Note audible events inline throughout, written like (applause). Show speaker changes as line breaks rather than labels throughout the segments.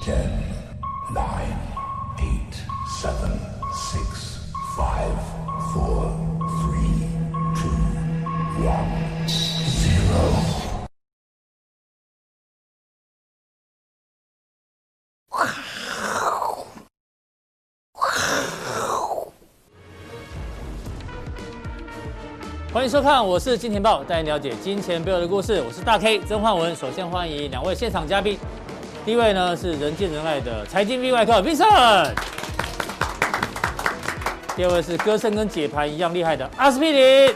Ten, nine, eight, seven, six, five, four, three, two, one, zero.
欢迎收看，我是金钱豹，带您了解金钱背后的故事。我是大 K 曾焕文。首先欢迎两位现场嘉宾，第一位呢是人见人爱的财经 V 外客 Vincent，第二位是歌声跟解盘一样厉害的阿司匹林。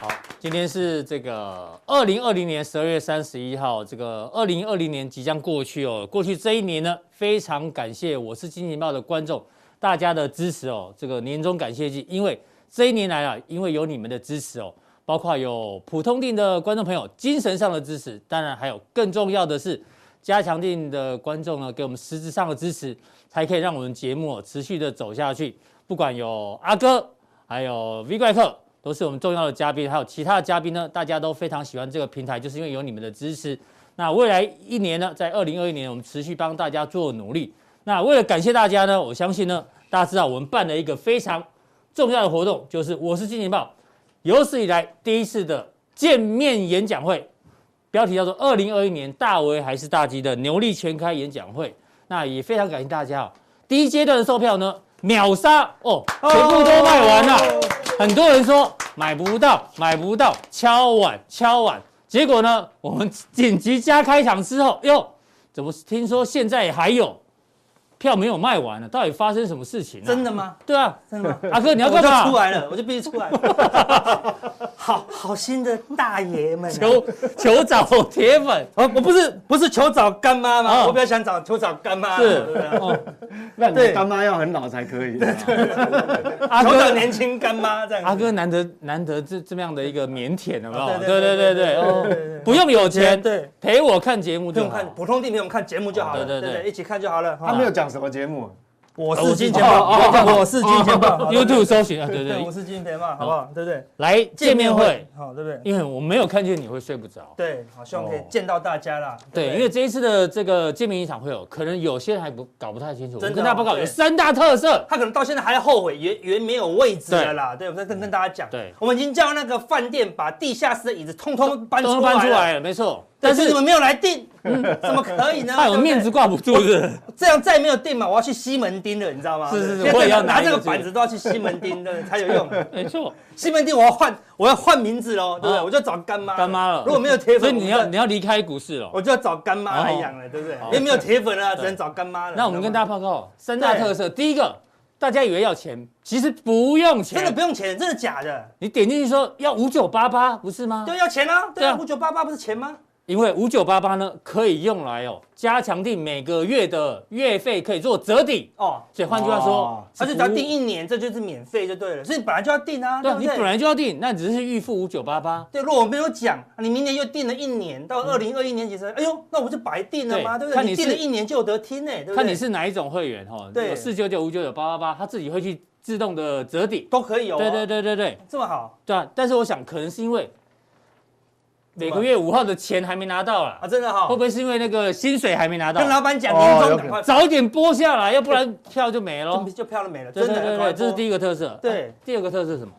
好，今天是这个二零二零年十二月三十一号，这个二零二零年即将过去哦。过去这一年呢，非常感谢我是金钱豹的观众大家的支持哦。这个年终感谢季，因为这一年来啊，因为有你们的支持哦，包括有普通定的观众朋友精神上的支持，当然还有更重要的是加强定的观众呢给我们实质上的支持，才可以让我们节目、哦、持续的走下去。不管有阿哥，还有 V 怪客，都是我们重要的嘉宾，还有其他的嘉宾呢，大家都非常喜欢这个平台，就是因为有你们的支持。那未来一年呢，在二零二一年，我们持续帮大家做努力。那为了感谢大家呢，我相信呢，大家知道我们办了一个非常重要的活动，就是我是金钱豹有史以来第一次的见面演讲会，标题叫做“二零二一年大为还是大吉的牛力全开演讲会”。那也非常感谢大家哦，第一阶段的售票呢秒杀哦，全部都卖完了。很多人说买不到，买不到，敲碗敲碗。结果呢，我们紧急加开场之后，哟，怎么听说现在还有票没有卖完呢？到底发生什么事情、啊？
真的吗？
对啊，
真的吗？ (laughs)
阿哥你要
我
干
就
嘛？
出来了，我就必须出来了。好好心的大爷们、啊，
求求找铁粉，
我我不是不是求找干妈吗？
哦
我比较想找求找干妈，
是
对不对
哦，
那你
对
的干妈要很老才可以。
阿
(laughs) 求找
哥，
年轻干妈这样。
阿，哥难得难得这这么样的一个腼腆，有没有？对
对
对对对，
对对对对
哦
对对，
不用有钱，
对，
陪我看节目
不
就
用
好
看。普通地陪我们看节目就好了，
对对对
一起看就好了。
他没有讲什么节目，
我是金钱豹，我是金钱豹好对
(laughs) YouTube 搜寻啊，对
对，
对
我，是金钱豹，好不好？对不对？
来见面会，，
好，对不对？
因为我没有看见你会睡不着。
对，好，希望可以见到大家啦。
对，因为这一次的这个见面一场会哦，可能有些人还不搞不太清楚。我
真的哦
跟大家报告
对
有三大特色，
他可能到现在还后悔原原没有位置了啦，对，我再跟跟大家讲，
对
我们已经叫那个饭店把地下室的椅子通通搬
都
出
搬出
来了，
来了，没错。但
但是
是
你们没有来订，怎么可以呢？
怕我
对不对
面子，挂不住是不是？
这样再没有订嘛，我要去西门町了，你知道吗？
是是是
现在
我也要拿
拿
一个
这个
这个
板子都要去西门町的才有用， (laughs)
(laughs) 没错，
西门町我要换我要换名字喽，对不对？
啊
我就找干妈，
干妈了
如果没有铁
所
粉，
以你要哦
我
你
就
要离开股市了。
我就要找干妈来养了，对不对？因为没有铁粉啊了，只能找干妈了。
那我们跟大
家
家报告三大特色，第一个，大家以为要钱，其实不用钱，
真的不用钱，真的假的？
你点进去说要五九八八，不是吗？
对，要钱啊，对
对啊
啊，五九八八不是钱吗？
因为五九八八呢可以用来哦加强定每个月的月费可以做折抵，
哦，
所以换句话说
哦，
是
而且只要
服务
订一年，这就是免费就对了，所以你本来就要订啊，
对
对
啊，
不
你
对？
本来就要订，那只是预付五九八八。
对，如果我没有讲，啊你明年又订了一年，到二零二一年其实，哎呦，那我不是白订了吗？
对
对不
看你
对？你
是
订了一年就有得听呢，对不对？
看你是哪一种会员哈，
对
四九九五九九八八八，它自己会去自动的折抵。
都可以哦，
对对，对对对
这么好
对啊！但是我想可能是因为每
怎
个
么
月五号的钱还没拿到啦
啊，，真的哈，
会不会是因为那个薪水还没拿到
跟？老板讲
哦
年终
有
赶
可
快
早一点拨下来，要不然票就没了
就。就票都没了，
对
真
对
的，
对
赶快
对，这是第一个特色。啊
对
第二个特色是什么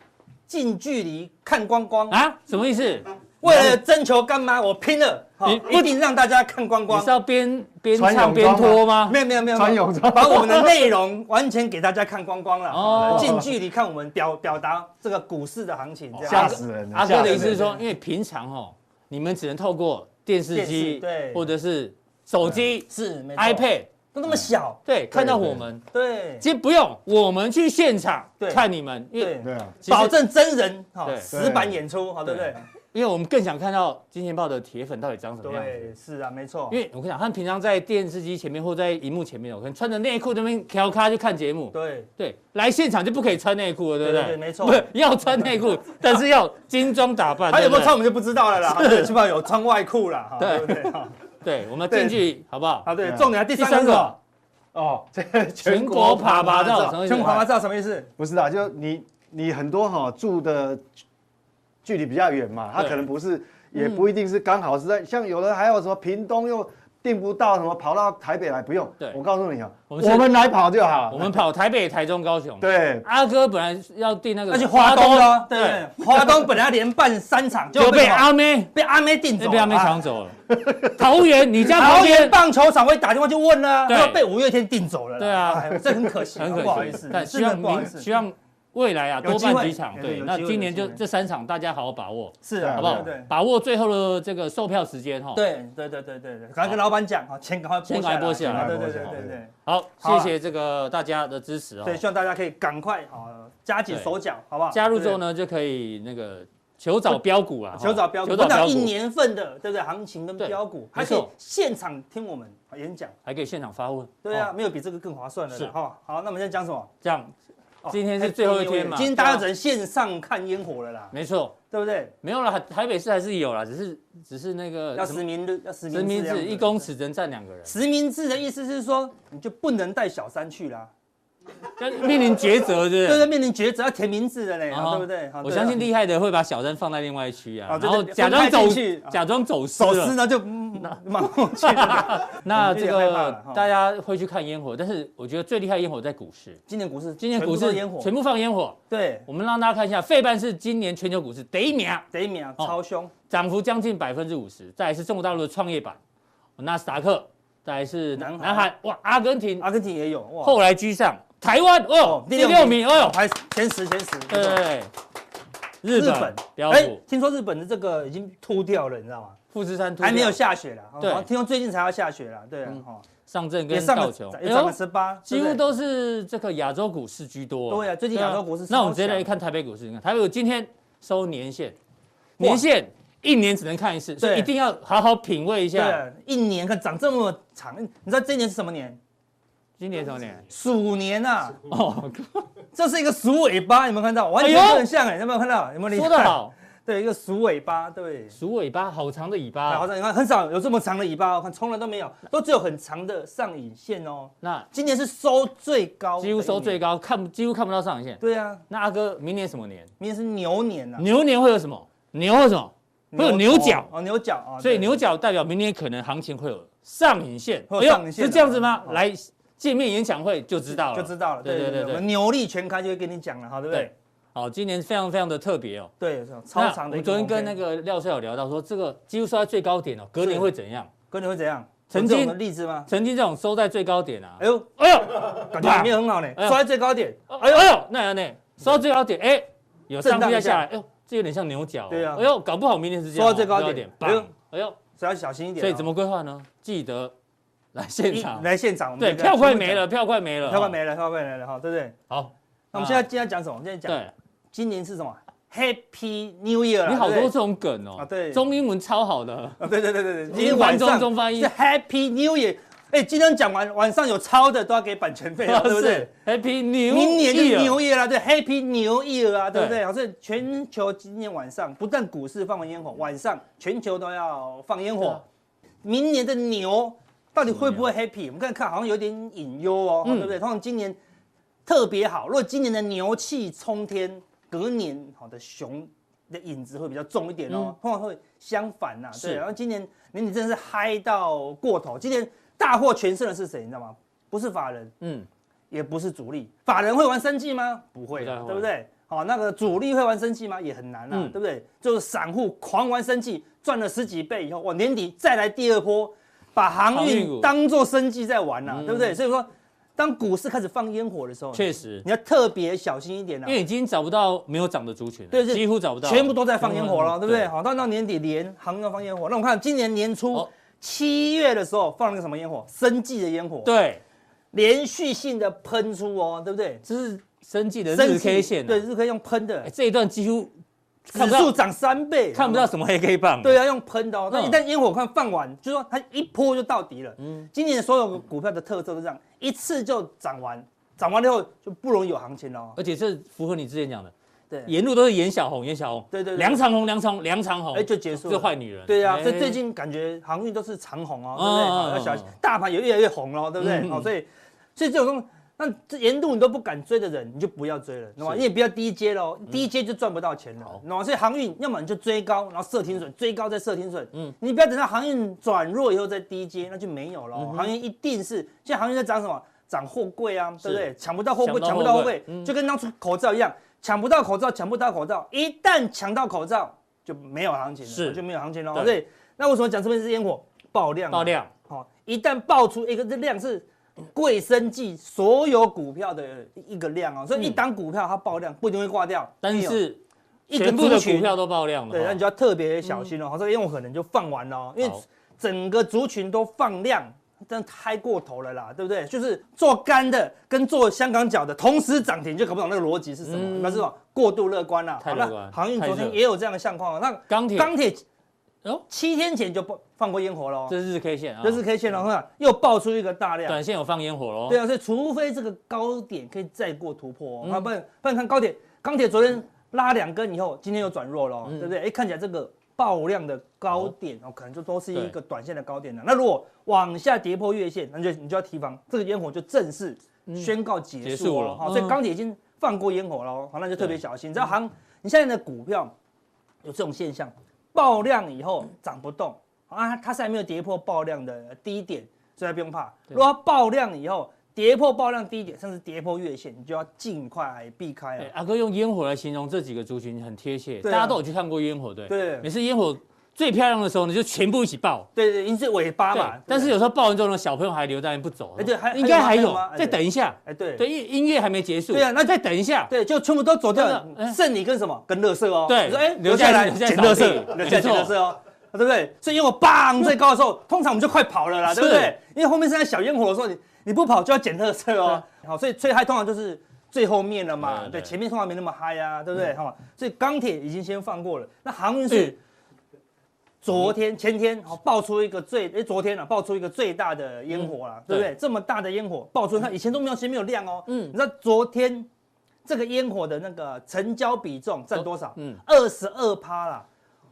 近距离看光光，
啊？什么意思？
为了征求干妈，我拼了，哈
你不
一定让大家看光
你
光
是。要边边
穿
唱
泳
边
装吗
脱吗？
啊没有没有没有，
穿
没有
泳装
把我们的内容完全给大家看光光了，
哦
哦，近距离看我们表表达这个股市的行情，这
吓
样。
死人了！
阿哥的意思
吓
是
死人了，
说，因为平常哦，你们只能透过电视
电
机
视对
或者是手机、
是没错
iPad
都那么小，
对看到我们，
对，
其实不用我们去现场
对
看你们，因为
对，
对啊，
其实
保证真人哈
对，
死板演出，好对不对？
因为我们更想看到金钱豹的铁粉到底长什么样子。
对，是啊，没错
因，为我跟你讲，他们平常在电视机前面或在荧幕前面哦，我可能穿着内裤在那边调咖就看节目。
对，
对，来现场就不可以穿内裤了，对不对？
对对对没错
不是要穿内裤，但是要精装打扮。
(laughs) 他有
对
没有
不对
穿我？们就不知道了啦，哈对起码有穿外裤啦，哈
对
对不对？哈
对，我们进去好不好？
好，对，
对
重点啊第三个，
哦，这个
全国爬爬照，什么意思
全国华知道什么意思？
不是啊，就你你很多哈住的距离比较远嘛，他
对嗯
可能不是，也不一定是刚好是在，像有人还有什么屏东又订不到，什么跑到台北来不用。
对
我告诉你啊，
我
我
们是
们来跑就好。
我们跑台北、台中、高雄。，
对，
阿哥本来要订那个，
而且华东的哦，对不对？华东本来连办三场，
就被
阿
阿妹
被阿妹定
就
走了，
被阿妹抢走了。桃园，你家
啊。
旁
(laughs) 桃园
边
棒球场，我也打电话去问了，
对
他说被五月天定走了啦。
对啊
哎这很可惜，
(laughs) 很可惜，
不好意思，
但希
真的
望
不好意
明
思，
希望未来啊
有
多
机
办
会
几场。
对
对，
有
那
机会
今
有
年
机
就
会
这三场大家好好把握，
是
对啊
啊，
好不好
对？
把握最后的这个售票时间哦哈。，
对对对对对对，赶快跟老板讲啊，钱赶快
钱赶快拨下来
对
拨
对
下
对
来
对对
好，
好
谢
啊
谢这个大家的支持哦。
对，希望大家可以赶快好加紧手脚，好不好？
加入之后
呢？
呢，就可以那个求找标股啊，
求找标股，
求
我
找
们
标
讲一
股，
年份的，对不对？行情跟
对
标股，
没
还可以
错
现场听我们演讲，
还可以现场发问。
对啊，
哦，
没有比这个更划算的
是
了哈。好，那我们现在讲什么？
这样
哦
今天是最后一天嘛
今天大家只能线上看烟火了啦，
没错，
对不对？
没有啦，台北市还是有啦，只是只是那个
要
什么
实名制，要实
实
名
名
制这样
制，
子，
一公尺只能站两个人，
实名制的意思是说，你就不能带小三去啦，
要面临抉择，对
对
不
不
对
对？？面临抉择要填名字的嘞，
啊哈
对不对？好
我
对啊
相信厉害的会把小三放在另外一区啊，
啊
然
对
后
对
假装
分
走
开进去啊
假装走私
手撕
了。
呢就嗯蛮过去的。
那
有
这
点害怕
个
了哈哦
大家会去看烟火，但是我觉得最厉害烟火在股市，
今年股市，
今年股
全部
市
都烟火，
全部放烟火。
对，
我们让大家看一下，费半是今年全球股市第一名，
这一秒
哦
超凶，
涨幅将近百分之五十。再来是中国大陆的创业板，纳斯达克，再来是
南
南
韩
韩，哇，阿根廷
阿根廷也有哇。
后来居上，台湾哦第六名，哦，
还前十前十。没错
对，日本标
哎
普，
听说日本的这个已经秃掉了，你知道吗？
富士山突
还没有
掉
下雪了，哦
对
好像听说最近才要下雪了，对啊，哦
上证
也
跟
上
道
了
琼，
也上了
哎
十八，
呦几
对
乎
不对
都是这个亚洲股市居多。
对啊最近
对
亚洲股市
那我
超
们直接
强
来看台北股市，你看台北股今天收年线，年线一年只能看一次，所以
对
一定要好好品味一
对
下。
啊，一年看长这么长，你知道这一年是什么年？
今年什么年？
鼠年啊，
哦，
这是一个鼠尾巴，有没有看到？完全
哎呦
很像哎，有没有看到？有没有厉害？
说得，好，
(laughs) 对，一个鼠尾巴，对。
鼠尾巴，好长的尾巴
好
哦。
像你看很少有这么长的尾巴哦，看从来都没有，都只有很长的上影线哦。
那
今年是收最高，
几乎收最
高。
高，看不几乎看不到上影线。
对啊，
那阿哥，明年什么年？
明年是牛年呐、啊，
牛年会有什么？牛会有什么？会有牛角，
哦，牛角啊，
所以
对
牛角代表明年可能行情会有上影线。哎
会有上影线
是这样子吗？
哦
来见面演讲会就知道了，
就知道了，
对对
对对
对
对，
对
我们牛力全开就会跟你讲了，哈，对不
对
对？，
好，今年非常非常的特别哦。
对，是吧超
那
长的
我
一红 K。
昨天跟那个廖帅有聊到说，这个几乎收在最高点哦，隔年会怎样？
跟你会怎样？
曾
曾
经
经的例子吗？
曾经这种收在最高点啊
哎，呦，
哎呦，
感觉没有很好呢，
哎呦
抓在最高点。
哎呦哎呦，那样呢？收到最高点，哎，有上去
震荡
再
一下
下来，哎呦，这有点像牛角哦。
对啊
哎呦，搞不好明年是这样哦。
收到最高点
最高点，哎呦，
所以要小心一点哦。
所以怎么规划呢？记得来现
一
场。
来现场？我们
对，
就
票快没
全
了，票快没
部
了，
讲，票快没了，票快没了哈，对不对？
哦。好，
那我们现在今天讲什么？我们现在讲
对
今年是什么？Happy New Year 啦
你好多
对
这
不对
种梗哦
啊，对
中英文超好的，
啊对对对对对，今
英
天
翻
晚
中
上
中翻译
是，Happy New Year。哎，今天讲完晚上有抄的都要给版
(laughs)
权费了，对不对？
？Happy New，
明年就是
Year
牛业啦，对，Happy New Year 啊，对不
对
对？好，所以全球今年晚上不但股市放完烟火，晚上全球都要放烟
对
火
啊。
明年的牛到底会不会 happy？我们看看，好像有点隐忧哦，
嗯
对不对？通常今年特别好，如果今年的牛气冲天，隔年好的熊的影子会比较重一点哦，通常会相反呐、
嗯是
对，然后今年年底真的是嗨到过头，今年大获全胜的是谁？你知道吗？不是法人，
嗯，
也不是主力。法人会玩生计吗？不会
不太
的，
会
对不对？好、那个主力会玩生计吗？也很难啦、啊
嗯
对不对？就是散户狂玩生计，赚了十几倍以后，哇，年底再来第二波，把航
航运股嗯
运当做生计在玩啦、啊对不对？所以说，当股市开始放烟火的时候，
确实，
你要特别小心一点啦、
因为已经找不到没有涨的族群了，
对是
几乎找不到，嗯
全部都在放烟火了，对不对？
对？
好，到到年底连航运都放烟火。那我们看今年年初
哦
七月的时候放了个什么烟火？生计的烟火，，
对，
连续性的喷出哦，对不对？
这是生计的日
升
K 线啊，
对日 K 用喷的
哎，，这一段几乎看
指
不
数
到
涨三倍，哦
看不到什么黑 K 棒，
对啊，用喷的哦。那
嗯
一旦烟火看放完，就说它一波就到底了。今年所有股票的特色都这样，一次就涨完，涨完了以后就不容易有行情了哦。
而且这符合你之前讲的，
对，
沿路都是演小红，演小红，
对对对
梁长红，梁长红，梁长红，
哎就结束了
这坏女人，
对啊，
哎
所以最近感觉航运都是长红哦，
嗯
对不对
嗯嗯
好？要小心
嗯，
大盘也越来越红了，对不对哦
嗯？嗯
好，所以所以这种东那这沿路你都不敢追的人，你就不要追了，懂吗？
是嗯
你也不要低阶喽，低阶就赚不到钱了，懂吗？所以航运，要么你就追高，然后设停损，追高再设停损，嗯，你不要等到航运转弱以后再低阶，那就没有
嗯
了。航运一定是现在航运在涨什么？涨货柜啊，对不对？抢不到货柜，
抢
抢
不
不
到
到
货
货
柜嗯
柜，就跟当初口罩一样，抢不到口罩，抢不到口罩，一旦抢到口罩就没有行情了，
是
就没有行情了。
对
所以那为什么讲这边是烟火爆量？啊
爆量，
好、一旦爆出一个这量是贵生计所有股票的一个量哦，所以一档股票它爆量不一定会挂掉，
但
一定有
是
一个
全部的
族群
股票都爆量了，
对，那
哦
你就要特别小心哦。所以因为我可能就放完了、哦，因为
好
整个族群都放量。真的嗨过头了啦，对不对？就是做干的跟做香港脚的同时涨停，你就搞不懂那个逻辑是什么。
嗯
你们是吧？过度乐观啦。
太
好那
乐观
航运
太
昨
热
天也有这样的相况哦。那
钢铁，
钢铁
哦，
七天前就不放过烟火了哦，
这是日 K 线啊，
这是 K 线了，看又爆出一个大量。
短线有放烟火喽，
对啊，所以除非这个高点可以再过突破、哦，啊、不然不然看高铁，钢铁昨天拉两根以后，今天又转弱了、哦对不对？哎，看起来这个爆量的高点哦，可能就都是一个短线的高点了。那如果往下跌破月线，那就你就要提防，这个烟火就正式宣告
结
结
束
束
了
了。哦好、所
嗯
以钢铁已经放过烟火了、哦，好，那就特别
对
小心。你知道行，你现在的股票有这种现象，爆量以后涨不动啊，它是还没有跌破爆量的低点，所以它不用怕。如果它爆量以后跌破爆量低点，甚至跌破月线，你就要尽快避开啊
哎
了。
阿哥用烟火来形容这几个族群很贴切，大
对啊
家都有去看过烟火，对，
对
每次烟火最漂亮的时候呢，就全部一起爆。
对对，因为是尾巴
对
嘛。，
但是
有
有时候爆完之后呢，小朋友还留在那边不走，
哎对还
应该还
还有
有
吗还有吗，哎
再
对
等一下，
哎对
对，音音乐还没结束，
对啊那
再等一下，
对，就全部都走掉
真
了
的哎，
剩你跟什么？跟乐色哦。
对
你说哎，
留
留
下
下
来
来
留下来
捡
扫
乐
地
色，留下
没
来捡
错
乐色哦。对不对？所以因为我砰最高的
(laughs)
时候，通常我们就快跑了啦，对不对
是？
因为后面是在小烟火的时候，你你不跑就要捡乐色哦。好，所以最嗨通常就是最后面了嘛
对，对嗯
对，前面通常没那么嗨啊，对不对？哈，所以钢铁已经先放过了，那航运
哎
是昨
嗯
天前天好爆出一个最哎昨天啊爆出一个最大的烟火
嗯
啦，对不对？这么大的烟火爆出，它以前都没有前面有亮哦，嗯，你知道昨天这个烟火的那个成交比重占多少？
嗯
嗯，二十二趴啦，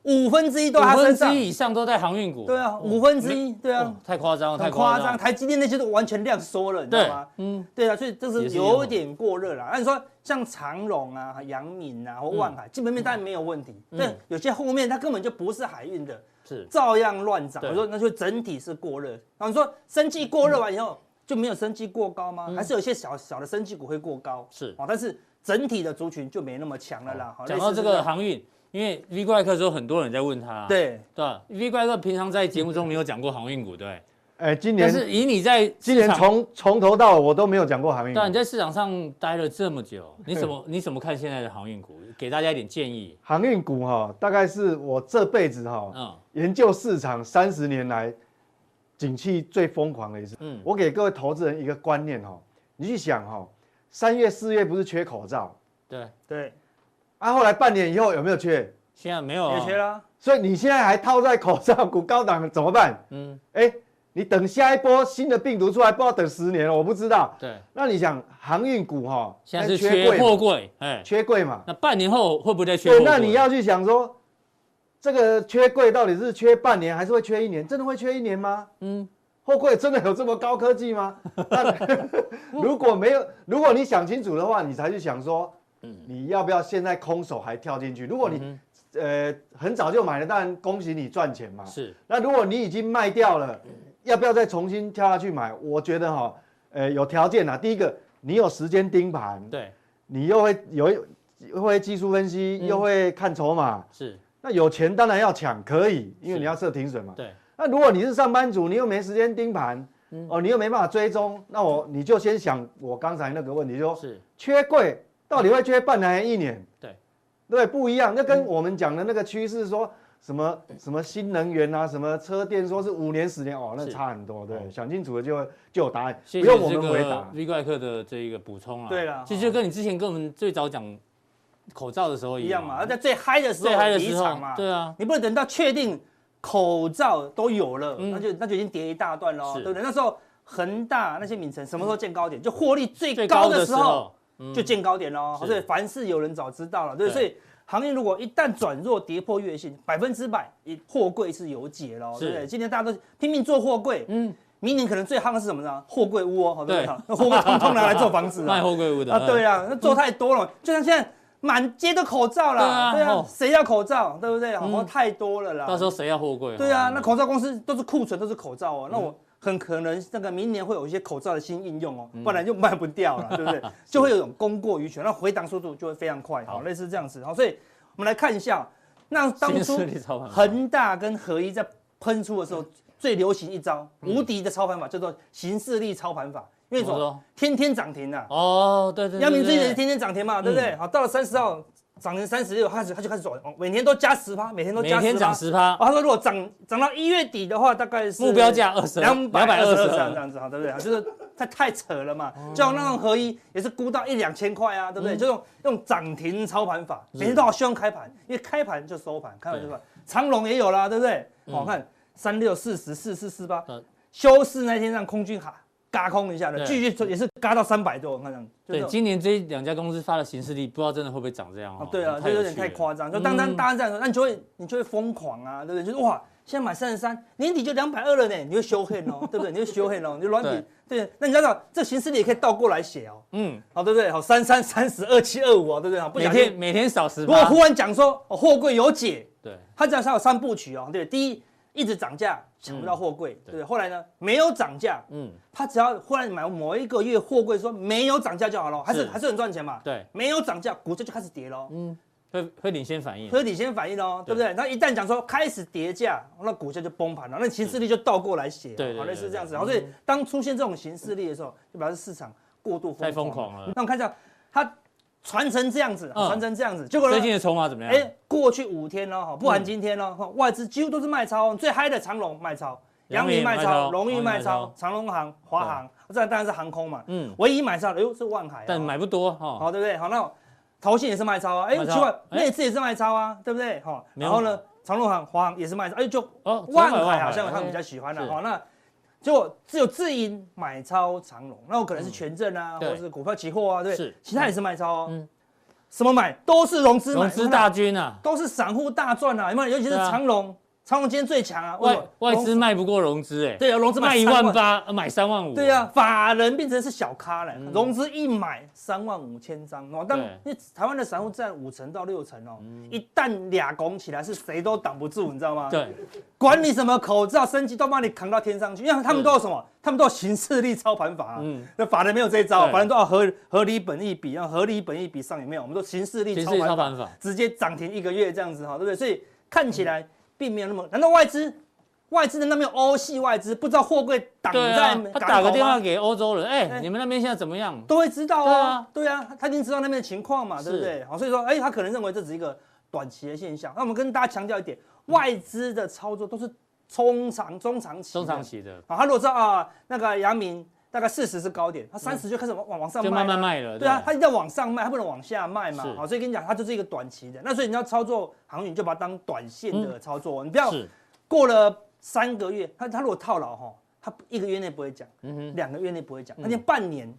五分之一都在
五
他
分
身
之
上。
一以上都在航运股，
对啊，五分之一，对啊
哦，，太夸张了，太
很
夸
夸
张
张。
了，
台积电那些都完全量缩了，你知
对
道吗？，
嗯，
对啊，所以这
也
是
是烟火
有点过热了。那你说像长荣啊、阳明啊或万
嗯
海，基本面当然没有问题，但有些后面它根本就不是海运的，
是
照样乱涨。
对
我说那就整体是过热。然后你说升绩过热完以
嗯
后就没有升绩过高吗？还是有一些小小的升绩股会过高？
是哦
哦，但是整体的族群就没那么强了啦。好哦
讲到这个，航运，因为 V 怪客说很多人在问他，
类似是样
对吧？V 怪客平常在节目中你有讲过航运股，对，
哎，今
但
年
是以你在市
今年
场
从从头到尾我都没有讲过航运股
对啊，你在市场上待了这么
(laughs)
久，你怎么你怎么看现在的航运股？给大家一点建议。
航运股哈，大概是我这辈子
哦
哈
嗯，
研究市场三十年来景气最疯狂的一次。
嗯
我给各位投资人一个观念哈，你去想哈，三月四月不是缺口罩
对，
对
啊，后来半年以后有没有缺？
现在没有
对，
啊
也缺啦。
所以你现在还套在口罩股高档怎么办？
嗯，
哎，你等下一波新的病毒出来，不知道等十年了，我不知道。
对，
那你想航运股哦哈，
现在是
那
缺货
嘛，
柜，哎，
缺柜嘛？
那半年后会不会再缺货
对，
柜？
那你要去想说，这个缺柜到底是缺半年还是会缺一年？真的会缺一年吗？
嗯
嗯，货柜真的有这么高科技吗？那如果没有，如果你想清楚的话，你才去想说，你要不要现在空手还跳进去？如果你、呃很早就买了，当然恭喜你赚钱嘛。
是
那如果你已经卖掉了，要不要再重新跳下去买？我觉得哈、呃，有条件啊。第一个，你有时间盯盘，
对，
你又会有又会技术分析，
嗯
又会看筹码。
是，
那有钱当然要抢，可以，因为
是
你要设停损嘛。
对，
那如果你是上班族，你又没时间盯盘，
嗯
哦，你又没办法追踪，那我你就先想我刚才那个问题，
哦
就说
是，
缺柜到底会缺半年还是一年？
对，嗯
对，不一样。那跟我们讲的那个趋势说什么什么新能源啊，什么车电，说是五年十年哦，那
是
差很多。对，想清楚了就就有答案，不
谢谢
用我
这
们回
个
答。
V 怪客的这一个补充啊。
对啦哦
其实就跟你之前跟我们最早讲口罩的时候
一样嘛，而
而且
在最嗨的时候
最嗨的
离
时候
场嘛，
对啊
你不能等到确定口罩都有了，那就那就已经跌一大段喽，
是
对不对？那时候恒大那些名城什么时候见高点？就获利
最
嗯最
高
高
的
的
时
时
候
候就见高点喽，
是
所以凡事有人早知道了，对不
对
对？所以行业如果一旦转弱跌破月线，百分之百，一货柜是有解喽，哦
是
对不对？今天大家都拼命做货柜，嗯。明年可能最夯的是什么呢？货柜屋哦，好
对
对不对？ (laughs) 那货柜通通拿来做房子
卖
啊，
货柜屋的
啊，对
啊，
啊，那做太多了，就像现在满街的口罩啦，
对
对
啊
啊
哦，嗯
谁要口罩，对不对？好像太多了啦。
到时候谁要货柜？
对啊，
哦
那口罩公司都是库存，都是口罩哦。那
嗯
我很可能那个明年会有一些口罩的新应用哦，
嗯
不然就卖不掉了，
(laughs)
对不对？就会有一种供过于求，那回档速度就会非常快，
好
好，类似这样子。哦好，所以我们来看一下，哦那当
新
初
势力操盘法嗯
恒大跟合一在喷出的时候，最流行一招无敌的操盘法，叫做形势力操盘法，因为什
怎么说
么？天天涨停啊，
哦，对嗯对，对
阳明最近也是
对
天天涨停嘛，对不对？好，到了三十号涨停三十六，开始它就开始走，哦每年都加十趴，每天都
每
加
天
十
涨
趴。
十趴
哦，，他说如果涨涨到一月底的话，大概是
目标价二十嗯哦
两百二十二这
222
样子，好，对不对？就是太太扯了嘛，就像那种合一也是估到一两千块啊，对不
嗯
对？就用用涨停操盘法，每天都好凶开盘，因为开盘就收盘，开盘就收盘。长隆也有啦，对不对？好看三六四十四四四八
嗯，
休市那天让空军哈嘎空一下的，
对
继续也是嘎到三百多，我看这样，就这
对，
种
今年这两家公司发的形势力，不知道真的会不会涨这样
哦
哦，。
对啊，就
有
有点
趣
太
了
夸张。就当当大家这样说，那你就会你就会疯狂啊，对不对？就是哇，现在买三十三，年底就两百二了呢，你会修恨 (laughs) 哦，对不对？你会修恨哦，你就乱比。对，那你知道这形式你也可以倒过来写哦，
嗯，
好，对不对？好，三三三十二七二五哦，对不对？好，不
每
小
天
心，
每天少十
如果
趴，
忽然讲说哦货柜有解，
对，
它这样它有三部曲哦，对，第一一直涨价抢不到货柜，对不对？后来呢没有涨价，
嗯，
它只要忽然买某一个月货柜说没有涨价就好了，还是
是
还是很赚钱嘛，
对，
没有涨价股价就开始跌喽，
会会领先反应。
合理先反应哦，对不对？那一旦讲说开始跌价，那股价就崩盘了，那形势力就倒过来写，
对对
好
对
类似
对
这样子。哦好，所以当出现这种形势力的时候，就表示市场过度
太疯
疯
狂了
那我们看一下，它传成这样子，哦
嗯
传成这样子，结果
最
呢
近？嗯的筹码怎么样？
哎，过去五天哦，哈不含今天哦，哈外资几乎都是卖超哦，最嗨的长隆卖超，
阳
阳
明
明卖
卖超
超，荣
荣
誉
誉卖
卖
超
超，长隆行、华航，这当然是航空嘛。
嗯
嗯，唯一买超的，哎呦是万海啊，
但买不多哈，
好，对不对？好，那投信也是卖超啊，哎，
卖
奇
超
怪，
哎
内资也是卖超啊，对不对？好，
没有
然后呢，长隆行、华航也是卖超，哎，就
哦
万
长隆
海
行
好像他
哎
们比较喜欢
是
了，好，那结果只有自营买超长隆，那我可能是权证啊，
嗯对
或者是股票期货啊，对不对
是，
其他也是卖超哦
嗯，
什么买都是融资买，
融资
你看
大
到
军啊，
都是散户大赚啊，有没有？尤其是
对啊
长隆，长隆今天最强啊，为什
外
么
外
融
资卖不过融资哎，
对啊，融资
卖
买
一
三
万八呃买三万五，
对啊，，法人变成是小咖了，融资一买三万五千张哦。
嗯
当
对嗯
因为台湾的散户占五成到六成哦，一旦俩拱起来，是谁都挡不住，你知道吗？，
对，
管你什么口罩升级，都把你扛到天上去，因为他们
是
都有什么？他们都有形势力操盘法啊。
嗯
那法人没有这一招，
对
法人都要合合理本益比，让合理本益比上有没有？我们都形势力
其
操
实
盘
超
法。
办法，
直接涨停一个月这样子哈，对不对？所以看起
嗯
来并没有那么。难道外资外资的那边有欧系外资不知道货柜挡
对
在
啊
港口吗、，
他打个电话给欧洲人，哎，
哎
你们那边现在怎么样？
都会知道
对
啊
啊，
对啊，他他已经知道那边的情况嘛，对不对？好，所以说，哎，他可能认为这只是一个短期的现象。那我们跟大家强调一点，外资的操作都是中长中长期的
中长期的
啊，他如果知道啊，那个阳明大概四十是高点，他三十就开始往往往上卖
就
啊，
慢慢卖了，
对啊，它一定要往上卖，它不能往下卖嘛
是。
好，所以跟你讲，它就是一个短期的。那所以你要操作航运，就把它当短线
嗯
的操作，哦你不要
是
过了三个月，它它如果套牢哈，它一个月内不会讲，
嗯哼
两个月内不会讲，而且半年。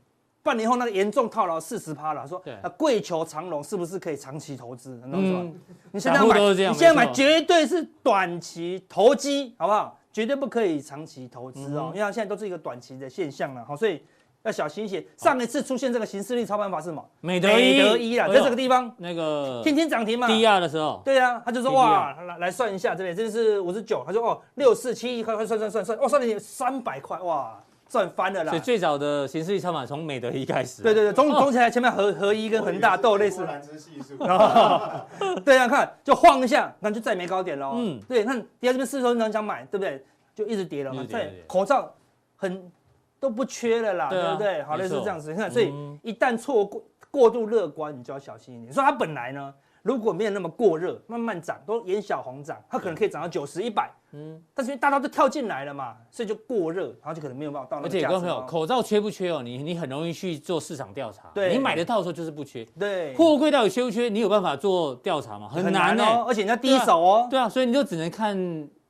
半年后那个严重套牢四十趴了，说
对
那跪求长龙是不是可以长期投资？你懂吗
嗯？
你现在
散
要
户
买，
都是这样
你现在
没
买
错
绝对是短期投机，好不好？绝对不可以长期投资
嗯
哦，因为它现在都是一个短期的现象了，好，所以要小心一些。上一次出现这个形势力操盘法是什么？
美德一
美德一啦，
哎呦呃
在这个地方
那个
天天涨停嘛。
低压的时候，
对啊，他就说
DDR
哇，来来算一下这边，这边是五十九，他说哦六四七，快快算算算算，哦算了三百块，哇，赚翻了啦
所以。最早的形势力操盘从美德一开始，啊
对对对，总
哦
总起来前面合合一跟恒大斗类 (laughs) 似，
兰芝系数，
(laughs) 对啊，看就晃一下，那就再也没高点喽。
嗯
嗯，对，看底下这边四十很想买，对不对？就一直跌了
一
嘛
直，跌一
在
直跌
口罩很都不缺了啦，
对
对
啊
不对？好，
没
类似
错
这样子，你看，所以
嗯
一旦错过过度乐观，你就要小心一点。你说它本来呢，如果没有那么过热，慢慢涨，都沿小红涨，它
嗯
可能可以涨到九十、一百，嗯，但是因为大家都跳进来了嘛，所以就过热，然后就可能没有办法到
而
那个
且
价
各位朋
值
友，
哦。
口罩缺不缺哦？你你很容易去做市场调查，
对
你买得到的时候就是不缺。
对，
货柜到底缺不缺？你有办法做调查吗？很难呢、欸
哦，而且人家第一手哦，
对啊，所以你就只能看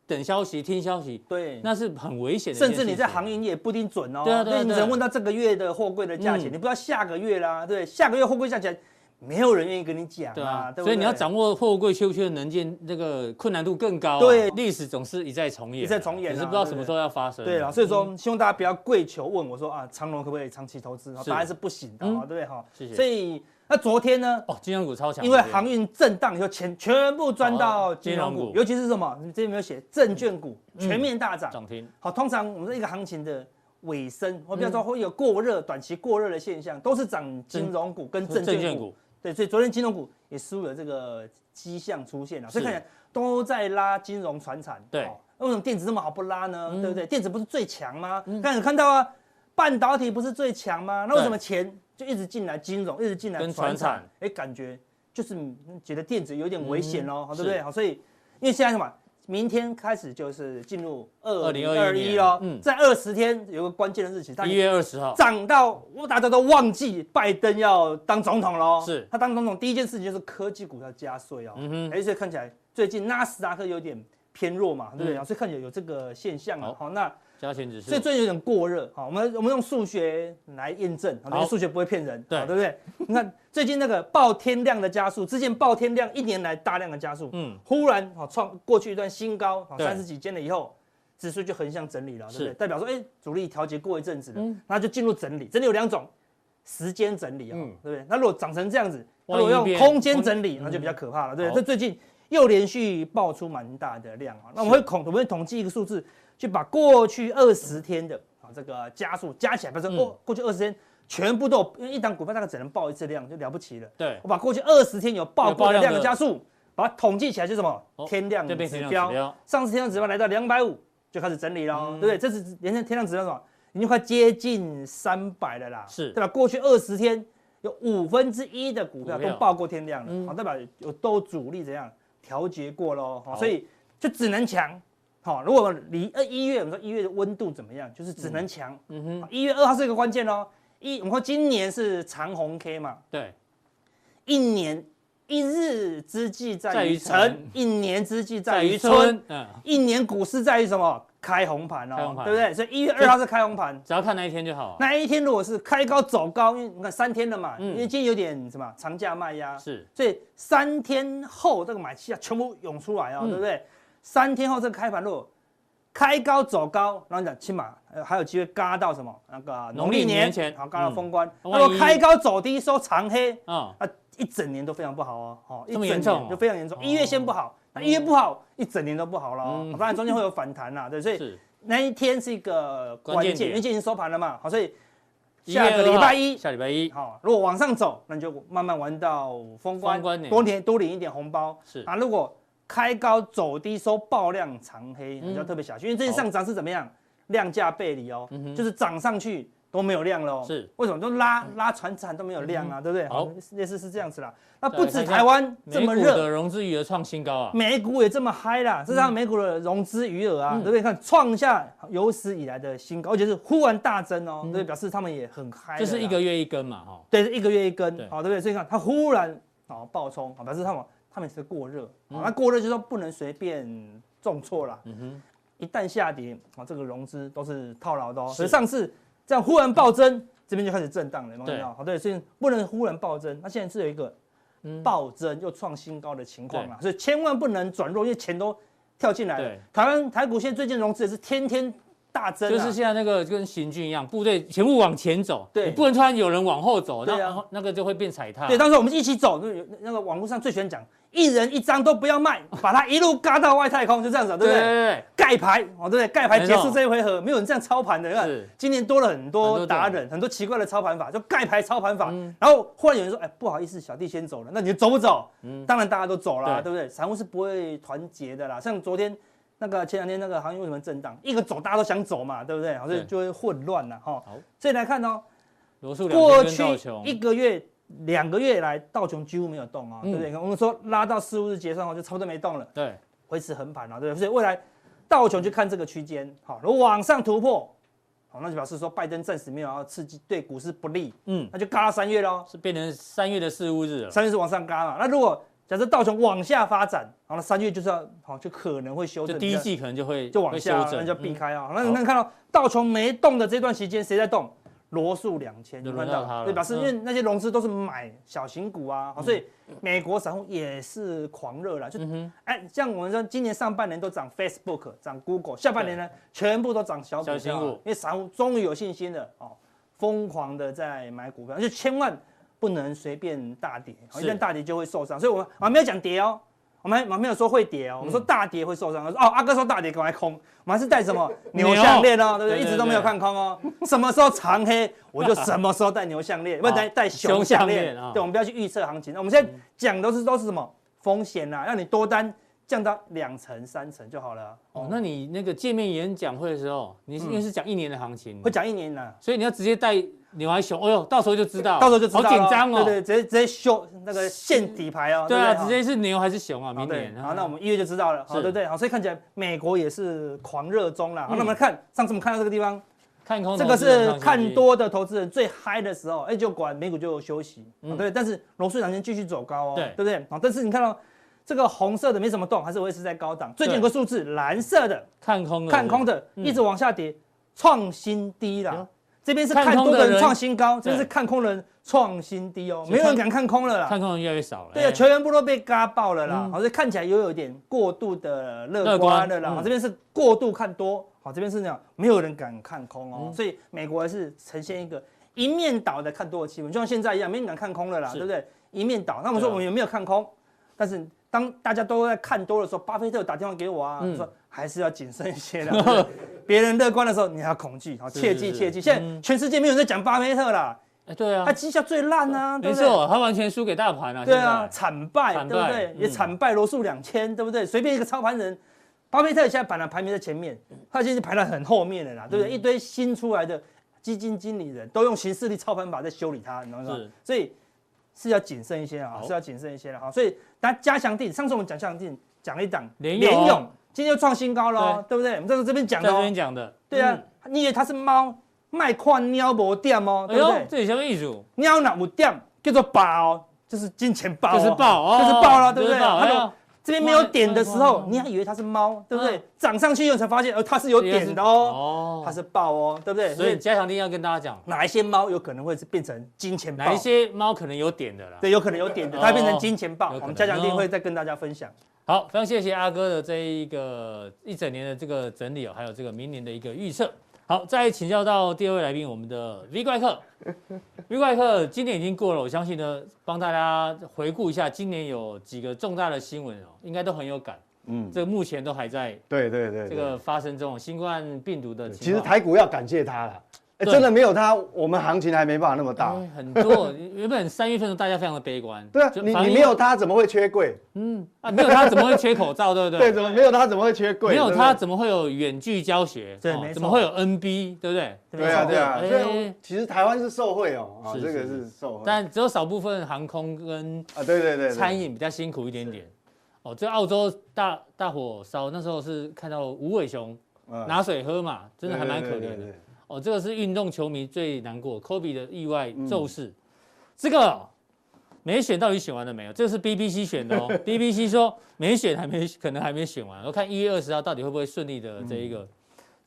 等消息、听消息，
对。
那是很危险的一件
甚
事情。
至你在航运也不一定准哦，
对啊对啊
因为你
对啊
只能问到这个月的货柜的价钱，
嗯
你不知道下个月啦，对，下个月货柜价钱没有人愿意跟你讲
对
啊，
啊，
对不对？
所以你要掌握货柜缺不缺能见，这个困难度更高啊。
对
历史总是一再重演啊，
一再重演啊
只是不知道什么时候要发生。啊
对了，啊所以说希望大家不要跪求问我说啊，长隆可不可以长期投资？
是
答案是不行的，
嗯
啊，对不对哈
谢？谢
所以那昨天呢，
哦，金融股超强，
因为
对不对
航运震荡以后，钱全部钻到
哦
金融
金融
股，
股嗯
尤其是什么？你这边没有写证券股全面大涨。
涨停，
好，通常我们说一个行情的尾声，我比较说
嗯
会有过热、短期过热的现象，都是涨金融股跟证券股。，对，所以昨天金融股也输了这个迹象出现了，所以
是
看起来都在拉金融船产。
对嗯
哦那为什么电子这么好不拉呢？对不对？电子不是最强吗？看有看到啊，半导体不是最强吗？那为
对
什么钱就一直进来金融，一直进来
跟传
船产
产？嗯
哎，感觉就是觉得电子有点危险喽，好对不对？
是
好，所以因为现在什么？明天开始就是进入二零二
2021
一
年
喽，
嗯
在二十天有个关键的日期，大家
一月二十号，
涨到我大家都忘记拜登要当总统喽。
是
他当总统第一件事情就是科技股要加税哦。
嗯哼
哎，所以看起来最近纳斯达克有点偏弱嘛，对不对？
嗯
所以看起来有这个现象啊。好，那
加权指数，
所以最近有点过热。好，我们我们用数学来验证，好因为
好
数学不会骗人，
对
好对不对？你看最近那个爆天量的加速，之前爆天量一年来大量的加速，
嗯，
忽然好创过去一段新高，好
对
三十几间了以后，指数就横向整理了，对不对？
是
代表说，哎，主力调节过一阵子了，那就进入整理。整理有两种，时间整理啊、
嗯
对不对？那如果涨成这样子，那
万一
如果用
变
空间
空嗯
整理，那就比较可怕了，对不
好
对？这最近又连续爆出蛮大的量啊，那我们会统我们会统计一个数字，去把过去二十天的啊这个加速加起来，
嗯
比如说哦过过去二十天全部都有，因为一档股票大概只能爆一次量就了不起了。
对
我把过去二十天有爆
有
过
爆
的
量的
量的加速，把它统计起来就是什么
哦
天量指
这边天量指
标
标，嗯
上次天量指标来到两百五就开始整理了，对不对？这次连天量指标是什么已经快接近三百了啦，
是
对吧？过去二十天有五分之一的股票
股
都
票嗯
爆过天量了，好，代表有都主力怎样调节过喽，好
好
所以就只能强。好，如果离呃一月，我们说一月的温度怎么样，就是只能强。嗯哼，一月二号是一个关键哦。一，我们说今年是长红 K 嘛，
对，
一年一日之计在
在
于
于
晨
晨，
一年之计在
在
于
于
春
春，，嗯，
一年股市在于什么？开红盘
开
哦
红，盘
对不对？所以一月二号是开红盘。
只要看那一天就好啊，
那一天如果是开高走高，因为你看三天了嘛，
嗯
因为今天有点什么长假卖压，
是
所以三天后这个买气啊全部涌出来哦，
嗯
对不对？三天后这个开盘如果开高走高，然后你讲起码呃还有机会嘎到什么那个农
农
历
历
年
年前
好嘎到
嗯
封关。
那
那如
万
果
一
开高走低收长黑，
啊，
啊，一整年都非常不好哦，哦，一
这
整
么
年
严重哦嗯
就非常严重。一月先不好，那一月不好，一整年都不好了哦。当然中间会有反弹啦，对，所以
是
那一天是一个关
关键
键，
点
因为今天收盘了嘛，好，所以
1
下个
月2
礼
号
拜一，
下礼拜一
好，如果往上走，那你就慢慢玩到封关，
封关年
多年多领一点红包。
是
啊，如果开高走低收爆量长黑，
嗯
你就要特别小心，因为最近上涨是怎么样，量价背离哦，就是涨上去都没有量了哦。
嗯是嗯
为什么都拉拉船产都没有量啊，对不对？
好，
类似是这样子啦。那不
再
止
来看一下
台湾这
美
么
股
热。
的嗯融资余额创新高啊，
美股也这么嗨啦，这是它美股的融资余额啊，
嗯
对不对？看创下有史以来的新高，而且是忽然大增哦，对不对，表示他们也很嗨了啦。
嗯这是一个月一根嘛，哈，
对，是一个月一根，
对
好、对不对？所以你看它忽然哦爆冲，好，表示他们他们也是过热，
嗯
好那过热就说不能随便重挫啦。嗯哼，一旦下跌，啊、这个融资都是套牢的哦。
是
所以上次这样忽然暴增，这边就开始震荡了，有没有
对
看到？好，对，所以不能忽然暴增，那现在是有一个
嗯
暴增又创新高的情况啦，所以千万不能转弱，因为钱都跳进来了
对。
台湾台股现在最近融资也是天天大增、啊，
就是现在那个跟行军一样，部队全部往前走，
对
你不能突然有人往后走，
对啊
那后那个就会变踩踏，
对，当时我们一起走，那有那个网络上最喜欢讲，一人一张都不要卖，把它一路嘎到外太空，就这样子，
对
对不
对
对？
对
盖牌哦，对不对？盖牌
没
结
错
束这一回合，没有人这样操盘的。你看
是
今年多了很
很
多
多
达
种嗯
人，很多奇怪的操盘法，就盖牌操盘法。然后忽然有人说：“哎，不好意思，小弟先走了。”那你走不走？当然大家都走了，
嗯
啊
对
对不对？散户是不会团结的啦。像昨天那个前两天那个行业为什么震荡？一个走大家都想走嘛，对不对？好所以
对
就会混乱了哈
好。
所以来看哦，
罗素两
过
根
去
跟道琼，
一个月、两个月来，道琼几乎没有动
嗯
啊，对不对？我们说拉到四五日结算后，就差不多没动了，
对，
维持横盘了，啊对不对？所以未来道琼就看这个区间，好，如果往上突破，好，那就表示说拜登暂时没有要刺激对股市不利，
嗯，
那就嘎到三月喽，
是变成三月的事务日了，
三月是往上嘎嘛。那如果假设道琼往下发展，好，那三月就是要好，就可能会修
就
正，
第
比
一
较
季可能就会
就往下
会
啊
修，
那
正，嗯
就避开啊。那
好
那看到道琼没动的这段期间，谁在动？罗素两千，
就
有
轮
看
到
到
它了
对，表示
嗯
因为那些融资都是买小型股啊，好所以美国散户也是狂热啦，就
嗯
哎，像我们说今年上半年都涨 Facebook，涨 Google，下半年呢全部都涨小股
小型
票
股
啊，因为散户终于有信心了哦，疯狂的在买股票，就千万不能随便大跌，哦一
是
旦大跌就会受伤，所以我们啊没有讲跌哦。我们还我们没有说会跌哦，我们
嗯
说大跌会受伤。我说哦，阿哥说大跌，赶快空。我们还是带什么
(laughs) 牛
牛项链哦，对不
对
对？
对
一直都没有看空哦。 (laughs) 什么时候长黑，我就什么时候戴牛项
(laughs)
链，不然戴戴
啊熊
熊
项
项
链
链
啊。
对，我们不要去预测行情。那我们现在讲都是都是什么风险呐？让你多单降到两成、三成就好了。啊
哦，那你那个界面演讲会的时候，你是因为是讲一年的行情，
嗯会讲一年呐，
所以你要直接带牛还熊，哎呦，到时候就知道，
到时候就知道
好
了
紧张哦。
对对，直接直接秀那个现底牌哦。
对
不
啊，
哦
直接是牛还是熊啊？
好
明
对
年。
好，那我们一月就知道了，好，
是嗯
对不对？好，所以看起来美国也是狂热中啦。好，那我们看上次我们看到这个地方，
看空
这
投
个
资人
是
上升
看
机
多的投资人最嗨的时候，哎，就果然美股就休息，哦对。但是罗素两千继续走高哦，
嗯对
对不对？好，但是你看到这个红色的没什么动，还是维持在高档。最近有个数字，蓝色的
看空的
看空的
嗯
一直往下跌，创新低
哟
啦。这边是
看
看
空
多
的
的人
人
创新高，这边
对
是看空的人创新低哦，
所以
没有
看
人敢看空了啦。
看空的人越来越少了。
对啊，
哎
球员部都被嘎爆了啦
嗯，
好像看起来又有点过度的
乐
乐
观
观了啦。
嗯
好这边是过度看多，好，这边是那样，没有人敢看空哦
嗯，
所以美国还是呈现一个一面倒的看多的气氛，就像现在一样，没人敢看空了啦，
是
对不对？一面倒，那我们说
对啊
我们有没有看空？但是当大家都在看多的时候，巴菲特有打电话给我啊，
嗯
说还是要谨慎一些啦。对
(laughs)
不对别人乐观的时候，你还要恐惧，好，
是
切记
是是嗯
切记。现在全世界没有人在讲巴菲特啦，
哎，对啊
他，绩效最烂啊，
嗯
对
没
不对？
错，他完全输给大盘啊。
对
现
啊，
在
惨败，
惨
对不
败
对？
嗯
也惨败罗素两千，对不对？随便一个操盘人，巴菲特现在本来排名在前面，
嗯
他现在排到很后面了啦，对不对？一堆新出来的基金经理人都用形式力操盘法在修理他，你懂吗
是？
所以是要谨慎一些啊
好，
是要谨慎一些了哈。所以大家加强定，上次我们讲加强定讲了一档
联
联
咏
咏，今天又创新高喽，对不对？我们这是这边讲
在
的
这
哦
边，讲的。嗯
对啊，你以为它是猫卖矿喵博店哦，
嗯，哎
对不
呦
对，？
这里什么意思？
喵哪五店叫做宝，哦，就是金钱豹、
就是爆哦，
啊就是爆了，对不对？
爆
它
哎
的
呦
这边没有点的时
嗯
候，你还以为它是猫，对不对
嗯？
涨上去以后才发现，呃，它是有点的哦，
哦
它是豹哦，对不对？
所
所
以
以
加强力要跟大家讲，
哪一些猫有可能会是变成金钱豹
哪一？些猫可能有点的啦。
对，有可能有点的，
哦
它会变成金钱
有可
豹。
能哦
我们加强定会再跟大家分享。
好，非常谢谢阿哥的这一个一整年的这个整理哦，还有这个明年的一个预测。好，再请教到第二位来宾，我们的 V 怪
(laughs)
客。V 怪客今年已经过了，我相信呢，帮大家回顾一下，今年有几个重大的新闻哦，应该都很有感。
嗯，
这个目前都还在
对对对，
这
对
个发生中，新冠病毒的
其
情
实
况。
台股要感谢他了，哎
对
真的没有他，我们行情还没办法那么大。
哎很多原本三月份的时候大家非常的悲观，
对啊，
就
你
防疫
你没有他怎么会缺柜？
嗯啊，没有他怎么会缺口罩，对 (laughs) 不
(laughs) 对，
对？
怎么没有他怎么会缺柜？
没有
对不
他
对
怎么会有远距教学？
对
哦
没错
怎么会有 NB，对不对？
对啊
没错
对啊，
哎
所以其实台湾是受惠哦，啊
是
这个
是
是受惠，
但只有少部分航空跟
啊对对对，对
餐饮比较辛苦一点点。哦，这澳洲大大火烧那时候是看到无尾熊
嗯
拿水喝嘛，真的还蛮可
对
怜
对对
的
对。
哦，这个是运动球迷最难过科比的意外
嗯
骤逝。这个哦没选到底选完了没有？这个是 BBC 选
(laughs)
的哦，BBC 说没选还没可能还没选完，要看一月二十号到底会不会顺利的
嗯
这一个、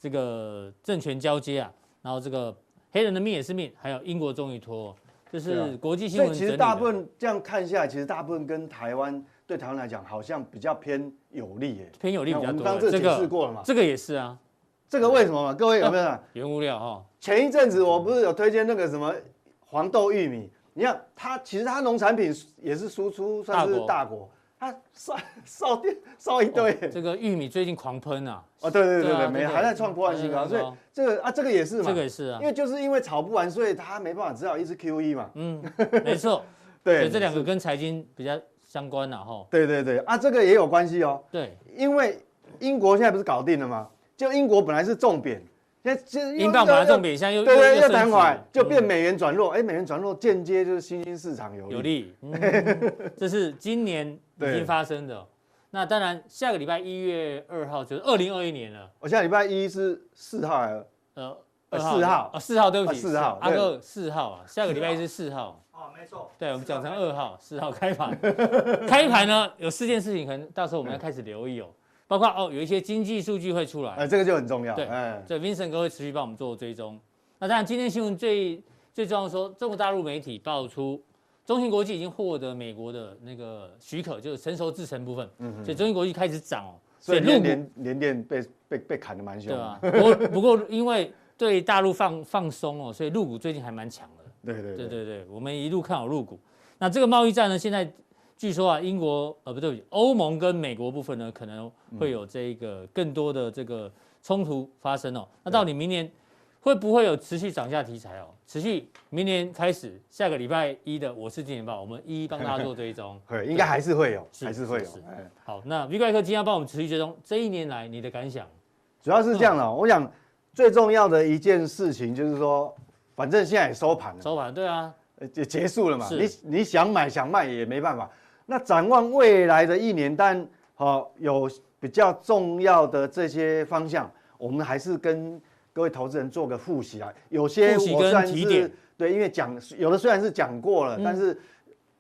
这个政权交接啊。然后这个黑人的命也是命，还有英国终于脱欧，这
对
是
啊
国际新
所
闻
以其
整理的
实大部分这样看下来，其实大部分跟台湾对台湾来讲，好像比较偏有利耶。
偏有利比较
那我们
多
刚
了。
刚这个解释过了嘛？
这个也是啊，
这个为什么嘛？各位
(laughs)
有没有看？
原物料哈、
前一阵子我不是有推荐那个什么黄豆玉米？你看它其实它农产品也是输出算是
大
大国，它烧烧 (laughs) 掉烧一堆耶。
这个玉米最近狂喷啊，
哦，对
对
对对
啊嗯
对，
对
没
对
还在创破万新
还
高，
在
所以
创高
这个啊这个也是嘛，
这个也是啊
因，为就是因为炒不完，所以它没办法，只好一直 QE 嘛。
嗯，没错。所
对，
以这两个跟财经比较相关了哈。
对对对啊，这个也有关系哦，
对，
因为英国现在不是搞定了吗？就英国本来是重贬，现在现在又
英镑本来重，贬，现在又
又对
又
对，又
升
弹
值
回来，就变
嗯
美元转弱，哎，美元转弱间接就是新兴市场有
有
利，
利。
(laughs)
嗯这是今年已
对
经发生的。哦那当然，下个礼拜一月二号就是二零二一年了，
我哦下礼拜一是四号还是，
呃，
呃
2
四号
哦，四号，对不起，
啊四号
阿
对
哥四号啊，下个礼拜一是四号，
哦，没错。
对，我们讲成二号，四号开盘，
(laughs)
开盘呢有四件事情，可能到时候我们要开始留意哦，包括哦有一些经济数据会出来
哎，，这个就很重要，
对
哎，
这 Vincent 哥会持续帮我们做追踪。那当然，今天新闻最最重要的说，中国大陆媒体爆出中芯国际已经获得美国的那个许可，就是成熟制程部分，所以中芯国际开始涨哦。
嗯所以
入
连连连电被被被砍的蛮凶
对啊
的，
吧？不过不过因为对大陆放放松哦，所以入股最近还蛮强的。
对对
对对
对，。
对，我们一路看好入股。那这个贸易战呢，现在据说啊，英国呃不对不起，欧盟跟美国部分呢，可能会有这个更多的这个冲突发生哦。那到底明年会不会有持续涨价题材哦？持续明年开始，下个礼拜一的我是金钱豹，我们一一帮大家做追踪
(laughs) 会应该还是会有，
是
还是会有
是是。
哎
好，那 V 怪客今天要帮我们持续追踪这一年来你的感想。
主要是这样了，我想最重要的一件事情就是说，反正现在也收盘了，
收盘对啊，
呃也结束了嘛，
是
你你想买想卖也没办法。那展望未来的一年，但好、哦、有比较重要的这些方向，我们还是跟各位投资人做个复习啊。有些
复习
我
跟
算
提点嗯
是对，因为讲有的虽然是讲过了，但是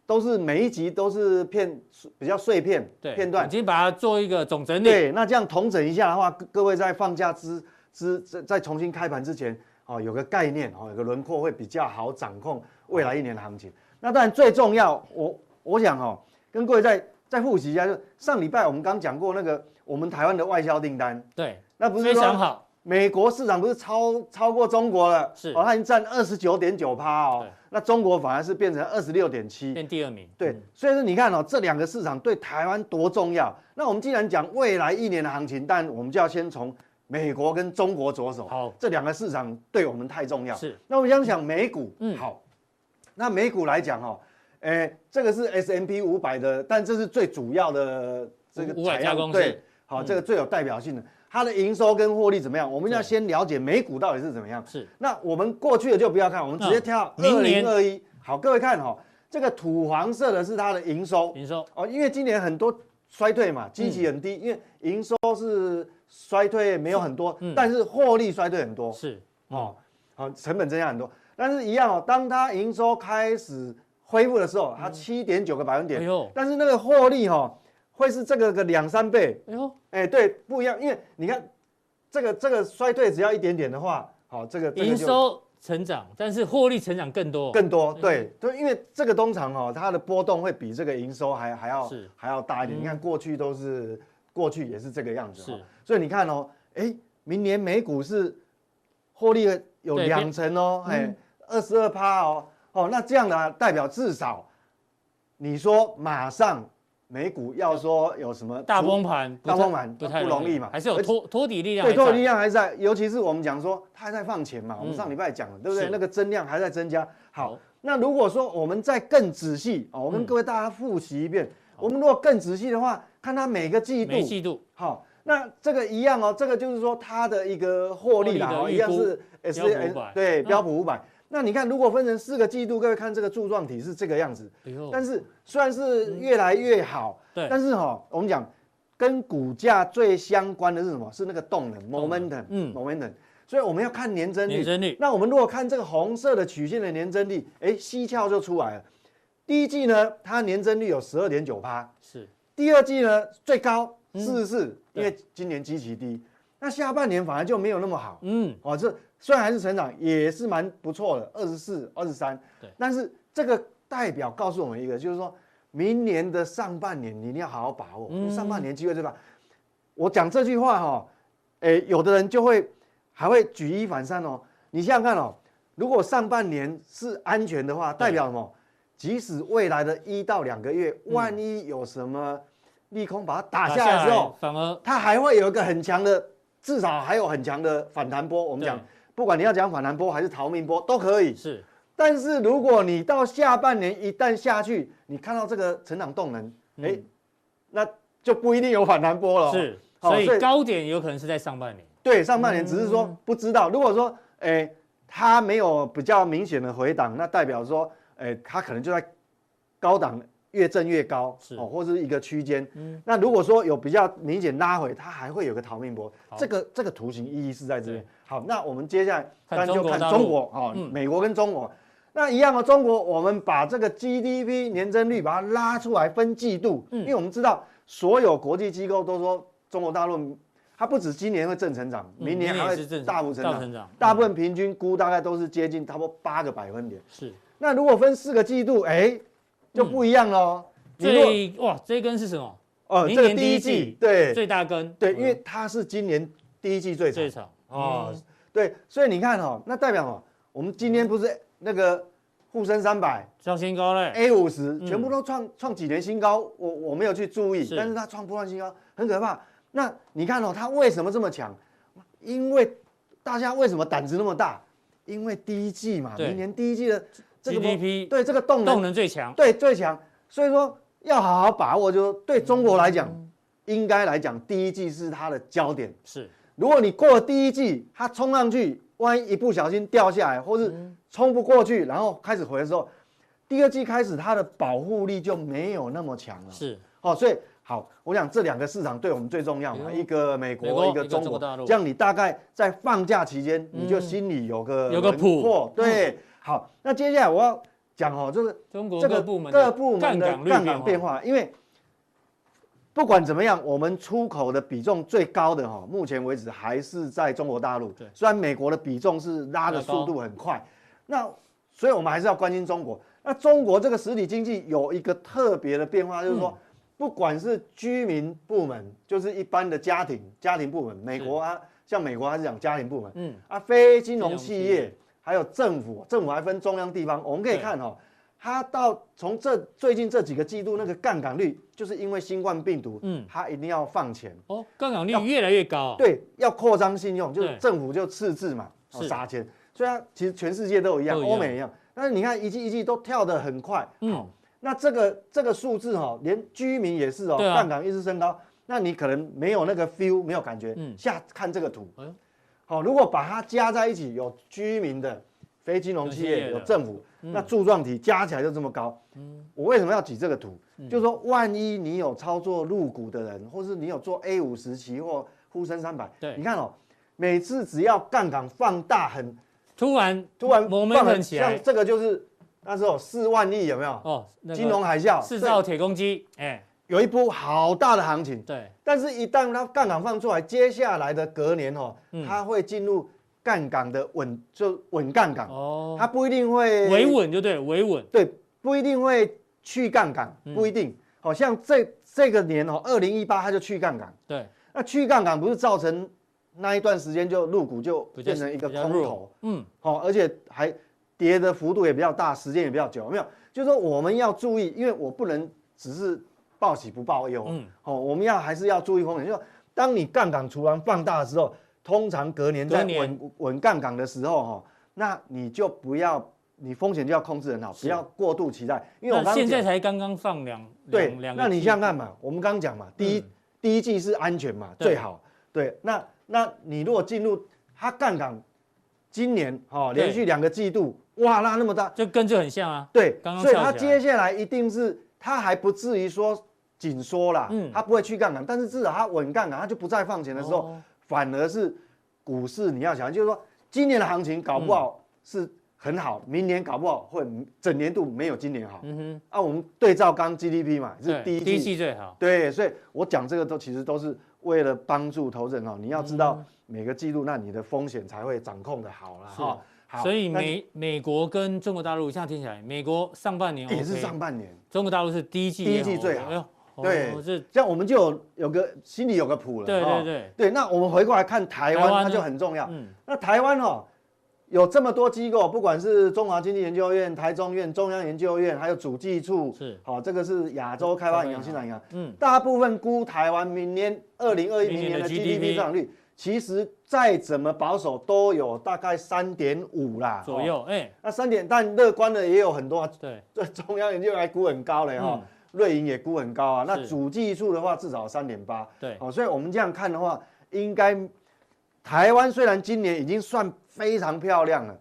都是每一集都是片比较碎片
对，
片段
已，经把它做一个总整理。
对，那这样统整一下的话，各各位在放假之之在在重新开盘之前，哦，有个概念，哦，有个轮廓会比较好掌控未来一年的行情。那当然最重要，我我想哦，跟各位再再复习一下，就上礼拜我们刚讲过那个我们台湾的外销订单，
对，
那不是
非常
说
好。
美国市场不是超超过中国了，
是
哦，它已经占二十九点九趴哦
对，
那中国反而是变成二十六点七，
变第二名。
对，所以说你看哦，这两个市场对台湾多重要。那我们既然讲未来一年的行情，但我们就要先从美国跟中国着手。
好
这两个市场对我们太重要。
是。
那我们想想美股，
嗯
好，那美股来讲哦，诶，这个是 S M P 五百的，但这是最主要的这个
五百
采
家
样
公司
对，
嗯
好，这个最有代表性的，它的营收跟获利怎么样？我们要
对
先了解美股到底是怎么样。
是
那我们过去的就不要看，我们直接跳
嗯明
二
年
零二一。好，各位看哈、哦，这个土黄色的是它的营收
营收
哦，因为今年很多衰退
嗯
嘛，基期很低，因为营收是衰退没有很多，
嗯
但是获利衰退很多
是
哦，好，成本增加很多，但是一样哦，当它营收开始恢复的时候，它七点九个百分点，
嗯哎呦
但是那个获利哈、哦、会是这个个两三倍，
哎呦，
哎，对，不一样，因为你看这个这个衰退只要一点点的话，好，这个这个
营
就
收成长，但是获利成长更多，
更多，对，就因为这个东厂哦，它的波动会比这个营收还还要
是嗯
还要大一点。你看过去都是过去也是这个样子，
是
哦，所以你看哦，哎，明年美股是获利有
对嗯
两成哦，哎，二十二趴哦，哦，那这样的啊代表至少你说马上美股要说有什么
大
除
崩盘不太，
大崩盘
不太
不容易嘛
还是有
而且
托托底力量
对，
还在，嗯
托底力量还在，尤其是我们讲说它还在放钱嘛，我们上礼拜讲了，对不对
是？
那个增量还在增加。
好
好，那如果说我们再更仔细哦，我
嗯
跟各位大家复习一遍，我们如果更仔细的话，看它每个季度
没，季度
好、那这个一样哦，这个就是说它的一个获利啦，
获利的
哦
预
一样
估
是 S
标普
N
500
对
嗯
标普五百。那你看，如果分成四个季度，各位看这个柱状体是这个样子，
哎呦，
但是虽然是越来越好，
嗯对
但是哈、我们讲跟股价最相关的是什么？是那个动能
动能
momentum，
嗯
嗯，momentum。所以我们要看年增率。
年增率
那我们如果看这个红色的曲线的年增率，哎，蹊跷就出来了。第一季呢，它年增率有十二点九趴，
是
第二季呢最高四十四，因为今年基期低。那下半年反而就没有那么好。
嗯，
哦，这虽然还是成长，也是蛮不错的，二十四、二十三。
对
但是这个代表告诉我们一个，就是说明年的上半年你一定要好好把握，因为上半年机会最大。我讲这句话哈、哦，诶，有的人就会还会举一反三哦。你想想看哦，如果上半年是安全的话，代表什么？即使未来的一到两个月，万一有什么利空把它嗯打下来之后，
反而
它还会有一个很强的，至少还有很强的反弹波。我们讲
对，
不管你要讲反弹波还是逃命波都可以。
是
但是如果你到下半年一旦下去，你看到这个成长动能，哎、那就不一定有反弹波了哦。
嗯是，
好
所以
所以
高点有可能是在上半年，嗯
对，上半年只是说不知道。如果说，哎、它没有比较明显的回档，那代表说，哎、它可能就在高档越震越高，
是嗯
哦，或是一个区间。那如果说有比较明显拉回，它还会有个逃命波。这个这个图形意义是在这边
对。
好，那我们接下来
看
当然就
中国
看
大陆嗯
中国哦，美国跟中国。那一样哦，中国我们把这个 GDP 年增率把它
嗯
拉出来分季度，因为我们知道所有国际机构都说中国大陆它不止今年会正成长，明年
嗯明
还
年也是正
会
成
大幅成
大幅
长，
成长
大部分平均估大概都是接近差不多八个百分点。
是
那如果分四个季度，哎，就不一样喽。你如果
嗯最哇，这一根是什么？
哦，
明
这个
年
第
第
一
一季
季，对
最大根。
对，
嗯
因为它是今年第一季最长
最。长嗯
哦，对，所以你看哈，那代表哦，我们今天不是那个沪深三百、
创新高嘞，
(laughs) A 五十全部都创创几年新高，我我没有去注意，
是
但是它创破断新高，很可怕。那你看哦，它为什么这么强？因为大家为什么胆子那么大？因为第一季嘛，
对
明年第一季的这个
GDP
对这个动能
动能最强。
对最强，所以说要好好把握。就是说对中国来讲，应该来讲第一季是它的焦点。
是
如果你过了第一季，它冲上去，万一一不小心掉下来，或是
嗯
冲不过去，然后开始回的时候，第二季开始它的保护力就没有那么强了。，
是，
哦，所以好，我想这两个市场对我们最重要嘛，
哎呦
一个美国，
美国
一个
一个
中
中国
国
大陆嗯
这样你大概在放假期间，你就心里有个
有个
轮
谱嗯
廓对，好，那接下来我要讲哦，就是
中国
这
各
个
部门
各
的
部门
杠
的
杆率哦
杠杆变
变化，
化，因为不管怎么样，我们出口的比重最高的哈，目前为止还是在中国大陆
对。
虽然美国的比重是拉的速度很快，那所以我们还是要关心中国。那中国这个实体经济有一个特别的变化，就是说，
嗯
不管是居民部门，就是一般的家庭家庭部门，美国啊，像美国还是讲家庭部门，
嗯，
啊，非金融
金
企
融企
业
业
还有政府，政府还分中央地方。我们可以
对
看哦，它到从这最近这几个季度那个杠杆率，就是因为新冠病毒，嗯
嗯，
它一定要放钱，
哦，杠杆率越来越高。，
对，要扩张信用，就是
对
政府就赤字嘛，哦
是
撒钱。所以它其实全世界都一样，
都一
欧
样
美一样。但是你看一季一季都跳得很快，
嗯，
那这个这个数字哦，连居民也是哦，
对啊
杠杆一直升高，那你可能没有那个 feel，没有感觉。
嗯
下看这个图
哎呦，
好、如果把它加在一起，有居民的、非金融企
有企
业、
业
有
的嗯
政府，那柱状体加起来就这么高。我为什么要举这个图？
嗯
就是说，万一你有操作入股的人，或是你有做 A 五十期或沪深三百，
对
你看哦，每次只要杠杆放大很，
突然
突然
我
放
们
很，
起来
像，这个就是那时候四万亿有没有？
哦，那个
金融海啸，
制
对
造铁公鸡，哎，
有一波好大的行情，
对，
但是一旦它杠杆放出来，接下来的隔年哦，
嗯
它会进入杠杆的稳，就稳杠杆，
哦，
它不一定会
维，稳就对，维稳，
对，不一定会去杠杆，
嗯
不一定。好、像这这个年哦，二零一八它就去杠杆，
对，
那去杠杆不是造成那一段时间就入股就
比较
变成一个
比较
空
弱
头，
嗯，
好、哦而且还跌的幅度也比较大，时间也比较久，有没有？就是说我们要注意，因为我不能只是报喜不报忧，嗯
嗯，
哦，我们要还是要注意风险。就是说当你杠杆突然放大的时候，通常隔年在
隔年
稳稳杠杆的时候，哈、哦，那你就不要，你风险就要控制很好，不要过度期待，因为我
那
刚刚
现在
讲
才刚刚放两
对
两，两个
那
季，
你想想看嘛，我们刚刚讲嘛，第一、
嗯
第一季是安全嘛，
对
最好。对，那那你如果进入它杠杆，今年哦
对
连续两个季度，哇，拉那么大，
就跟这很像啊，
对，
刚刚
所以
跳
它
起
接
来
下来一定是它还不至于说紧缩啦，
嗯
它不会去杠杆，但是至少它稳杠杆，它就不再放钱的时候，
哦
反而是股市你要想，就是说今年的行情搞不好是很好，明年搞不好会整年度没有今年好。
嗯哼，
啊，我们对照刚 GDP 嘛，是
对
第一
第一
季
季最好，
对，所以我讲这个都其实都是为了帮助投资人哦，你要知道每个季度，那你的风险才会掌控的好啦。
嗯是
哈。好，
所以
那
美美国跟中国大陆现在听起来，美国上半年
哎也是
OK，
上半年，
中国大陆是第一季
第一
也
季最好
哎呦，哦
对
这
这样我们就有有个心里有个谱了。
对对
哈
对
对，那我们回过来看台
台
湾，
湾
它
呢
就很重要。
嗯
那台湾哦，有这么多机构，不管是中华经济研究院、台中院、中央研究院，还有主计处，
是
好、这个是亚洲开发
开发
银行、
银行
新南银行，
嗯
大部分估台湾明年二零二一
明
明
年
年的
的
GDP
GDP
增长率，其实再怎么保守都有大概三点五啦
左。
哦
右，哎，
那三点，但乐观的也有很多啊，
对，
这中央研究院还估很高嘞哈、
嗯
瑞银也估很高啊。那
是
主技术的话，至少三点八。
对
哦，所以我们这样看的话，应该台湾虽然今年已经算非常漂亮了，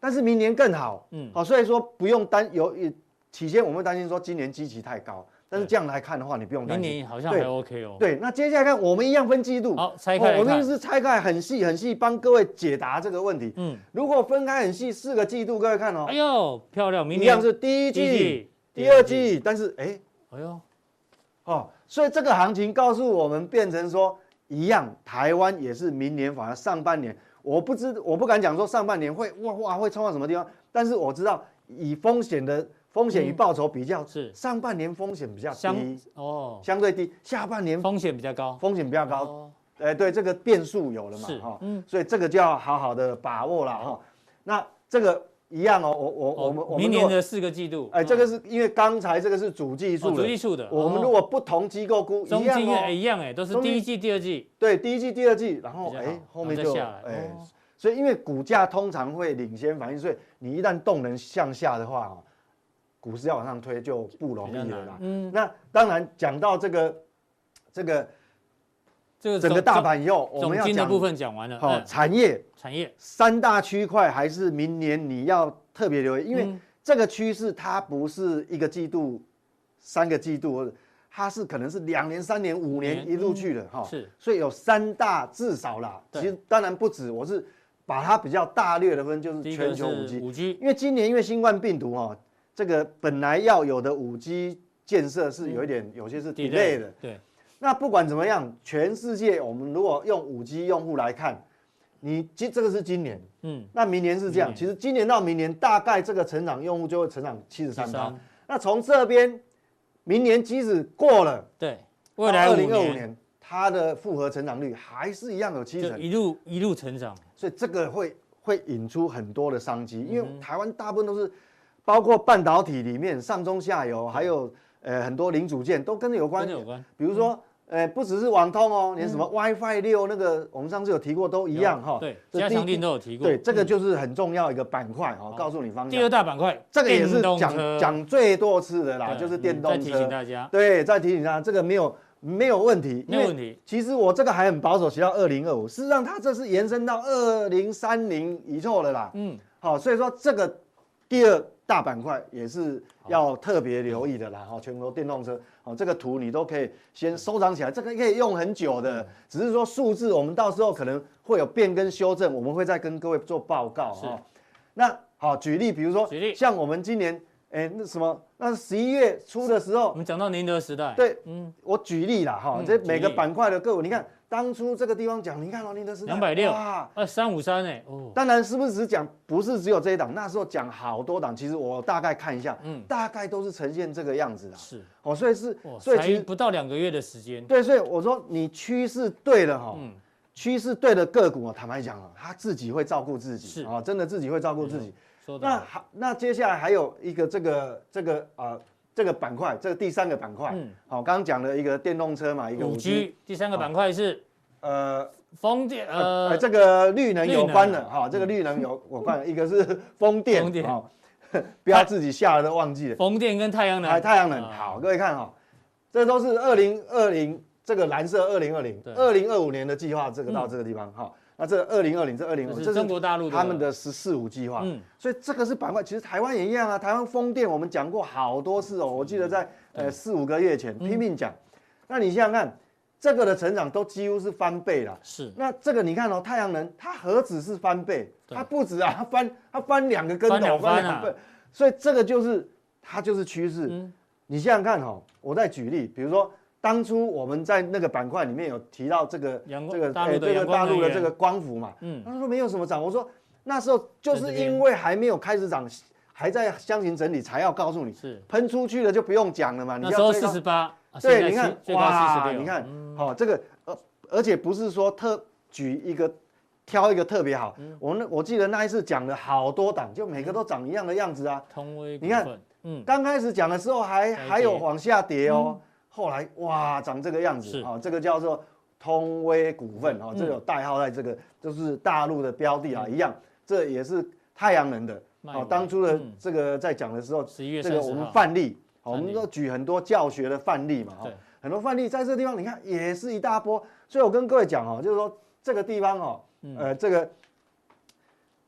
但是明年更好。嗯
嗯，
好、所以说不用担有也起先我们会担心说今年基期太高，但是
对
这样来看的话，你不用
明
担心。
年好像
对
还 OK 哦，
对，那接下来看我们一样分季度。哦
好拆开来
我们
看
是拆开很细很细，帮各位解答这个问题。
嗯，
如果分开很细，四个季度，各位看哦
哎，呦，漂亮，明
一
年
样是第一
第一
季
季、
第
第
二
二
季，但是哎
哎呦，
哦，所以这个行情告诉我们，变成说一样，台湾也是明年反而上半年，我不知我不敢讲说上半年会哇哇会冲到什么地方，但是我知道以风险的风险与报酬比较，
嗯是
上半年风险比较
相
低，
哦，
相对低，下半年
风险比较高，
风险比较高，
哦
哎，对，这个变数有了嘛
是，
哈，
嗯
所以这个就要好好的把握了哈。那这个一样哦，我我我们
哦
我们
明
如
年
果
的四个季度，
哎，这个
嗯
是因为刚才这个是主技术
哦主
的
技，术的，
我们
哦
如果不同机构估一
中
样
间哎
哦，
一样哎，都是
中
第一季、
间
第二季
对，第一季、第二季，然
比
后
较好，
哎后面
然
就
再下来，
哎，
哦
所以因为股价通常会领先反应，所以你一旦动能向下的话哦，股市要往上推就不容
比
易
较
了
难
啦，。
嗯，
那当然讲到这个这个
这个
整个
总
大盘以后，
总
我
总
们要
金的
讲
部分讲完了，
好
嗯
产业。
产业
三大区块还是明年你要特别留意，因为
嗯
这个趋势它不是一个季度、三个季度，或者它是可能是两年、三年、五年
年
一路去的哈。
嗯是
所以有三大至少啦，其
对
实当然不止，我是把它比较大略的分就是
第一
全
个
球五
是
G，
五 G，
因为今年因为新冠病毒哈，这个本来要有的五 G 建设是有一点有些是 delay 的，
对，
那不管怎么样，全世界我们如果用五 G 用户来看，你今这个是今年，
嗯，
那明年是这样。
明年
其实今年到明年，大概这个成长用户就会成长七十三
73
那从这边，明年即使过了，
对，未来
二
五
零二五
年
年，它的复合成长率还是一样有七
就
成，
一路一路成长，
所以这个会会引出很多的商机，因为
嗯
台湾大部分都是包括半导体里面上中下游，还有呃很多零组件都跟这有关
跟这。有关，嗯
比如说，呃，不只是网通哦，连什么 WiFi 六那个，我们上次有提过，都一样哈。
对，
哦这
加
第一
强定都有提过，嗯
对，这个就是很重要一个板块哦，告诉你方
第二
向。
大板块，
这个也是
电动
讲
车
讲最多次的啦，
对
就是
嗯
电动
再提醒
车。
大家，
对，再提醒大家，这个没有没有问题，
没有问题。
其实我这个还很保守，写到二零二五，事实上它这是延伸到二零三零以后了啦。
嗯，
好，所以说这个第二大板块也是要特别留意的
嗯
啦。哈，全国电动车，哦，这个图你都可以先收藏起来，这个可以用很久
嗯
的。只是说数字，我们到时候可能会有变更修正，我们会再跟各位做报告
是
哈。那好，举例，比如说
举例，
像我们今年，哎，那什么，那十一月初的时
我
候，
们讲到宁德时代，，
对
嗯，
我举例啦哈，
嗯
这
举
每个
例
板块的个股，你看当初这个地方讲，你看哦，宁德时代
260
哇
二三五三哎，哦，
当然是不是只讲不是只有这一档，那时候讲好多档，其实我大概看一下，
嗯
大概都是呈现这个样子的。
是，
哦，所以是
哇，，
所以其
才
实
不到两个月的时间，
对，所以我说你趋势对了哈，
嗯
趋势对的个股啊，坦白讲啊，他自己会照顾自己
是
啊，真的自己会照顾自己。
说
那
到，
还那接下来还有一个这个这个啊这个板块，这个第三个板块
嗯，
好，刚刚讲了一个电动车嘛，一个
五
五
G
G，
第三个板块是
呃，
风电，呃，
呃，啊这个绿能
绿
有
能
关的
啊
哈，这个绿能有有关的，一个是风电
风电
哈， (laughs) 不要自己吓了都忘记了。
风电跟太阳
还
能，
哎太阳能
啊
好，各位看哈，这都是二零二零这个蓝色二零二零
对、
二零二五年的计划，这个
嗯
到这个地方哈。那这二零二零这二零
这
五，
是
这
中国大陆的
他们的十四五计划
嗯，
所以这个是板块，其实台湾也一样啊。台湾风电我们讲过好多次哦，我记得在
嗯
呃四五个月前拼命讲。那你想想看，这个的成长都几乎是翻倍了。
是
那这个你看哦，太阳能它何止是翻倍，
对
它不止啊， (laughs) 它翻它翻两个跟
翻
头，
两
翻
番啊
两倍，所以这个就是它就是趋势。
嗯
你想想看哈、哦，我再举例，比如说当初我们在那个板块里面有提到这个
阳光
这个哎
大陆的
这个
阳光
大陆的
能源
这个光伏嘛，
嗯
他说没有什么涨，我说那时候就
在
是
这边
因为还没有开始涨，还在箱型整理才要告诉你，
是，
喷出去了就不用讲了嘛，啊你
那
要
时候
追
四
到
十八，啊
对，你
现在
看
七，最高四
哇，
十六，嗯
你看，好、这个，而而且不是说特举一个挑一个特别好，
嗯
我那我记得那一次讲了好多档，就每个都长一样的样子啊。
通威股
你看
份，嗯，
刚开始讲的时候
跌
还还有往下跌哦，后来哇长这个样子
嗯是嗯
啊、哦，这个叫做通威股份哦，这个有代号在这个，就是大陆的标的啊，一样，这也是太阳能的
卖
哦
完，
当初的
嗯
这个在讲的时候，
十一月
这
三
个
十
我们
号，
范例，好我
范例
们都举很多教学的范例嘛，哈哦
对，
很多范例在这地方，你看也是一大波。所以我跟各位讲哦，就是说这个地方哦，
嗯
呃，这个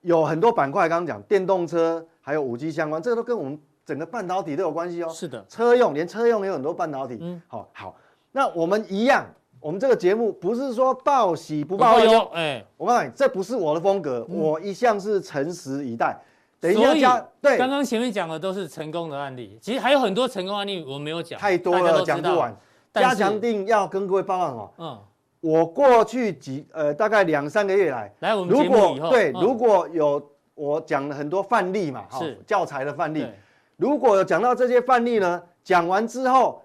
有很多板块，刚刚讲电动车，还有五 G 相关，这个都跟我们整个半导体都有关系哦。
是的，
车用连车用也有很多半导体，
嗯
好、好，那我们一样，我们这个节目不是说报喜
不
不报
报
忧，
忧，哎，
我告诉你，这不是我的风格，我一向是诚实以待。等一下
所以
加对，
刚刚前面讲的都是成功的案例，其实还有很多成功案例我们没有讲，
太多
大家
了，
都知
讲
道
不完。
但是
加强定要跟各位报告什么？哦
嗯，
我过去几呃大概两三个月来，
来我们
如
节目
果
以后，
对
嗯
如果有我讲了很多范例嘛，哈
是
教材的范例
对，
如果有讲到这些范例呢，讲完之后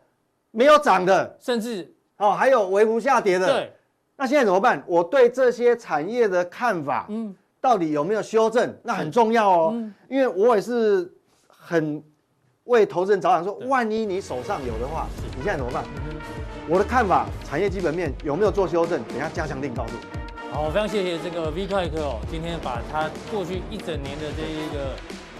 没有涨的
甚至
哦，还有微幅下跌的，
对，
那现在怎么办？我对这些产业的看法，
嗯
到底有没有修正，那很重要哦，因为我也是很为投资人着想说，万一你手上有的话，你现在怎么办？我的看法，产业基本面有没有做修正？等一下加强定告诉你。
好，非常谢谢这个 V 快客哦，今天把他过去一整年的这一个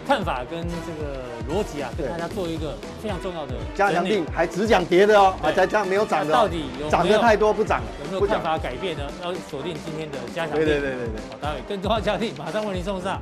看法跟这个逻辑啊，跟
对
大家做一个非常重要的
加强
整理
定还只讲跌的哦，
对
还才讲没有涨
那
的哦，
到底有没有
涨得太多不涨
有没，有
不
看
讲。
法改变呢？要锁定今天的加强
对
定。
对对对对。
好，待会更重要的加强定马上为您送上。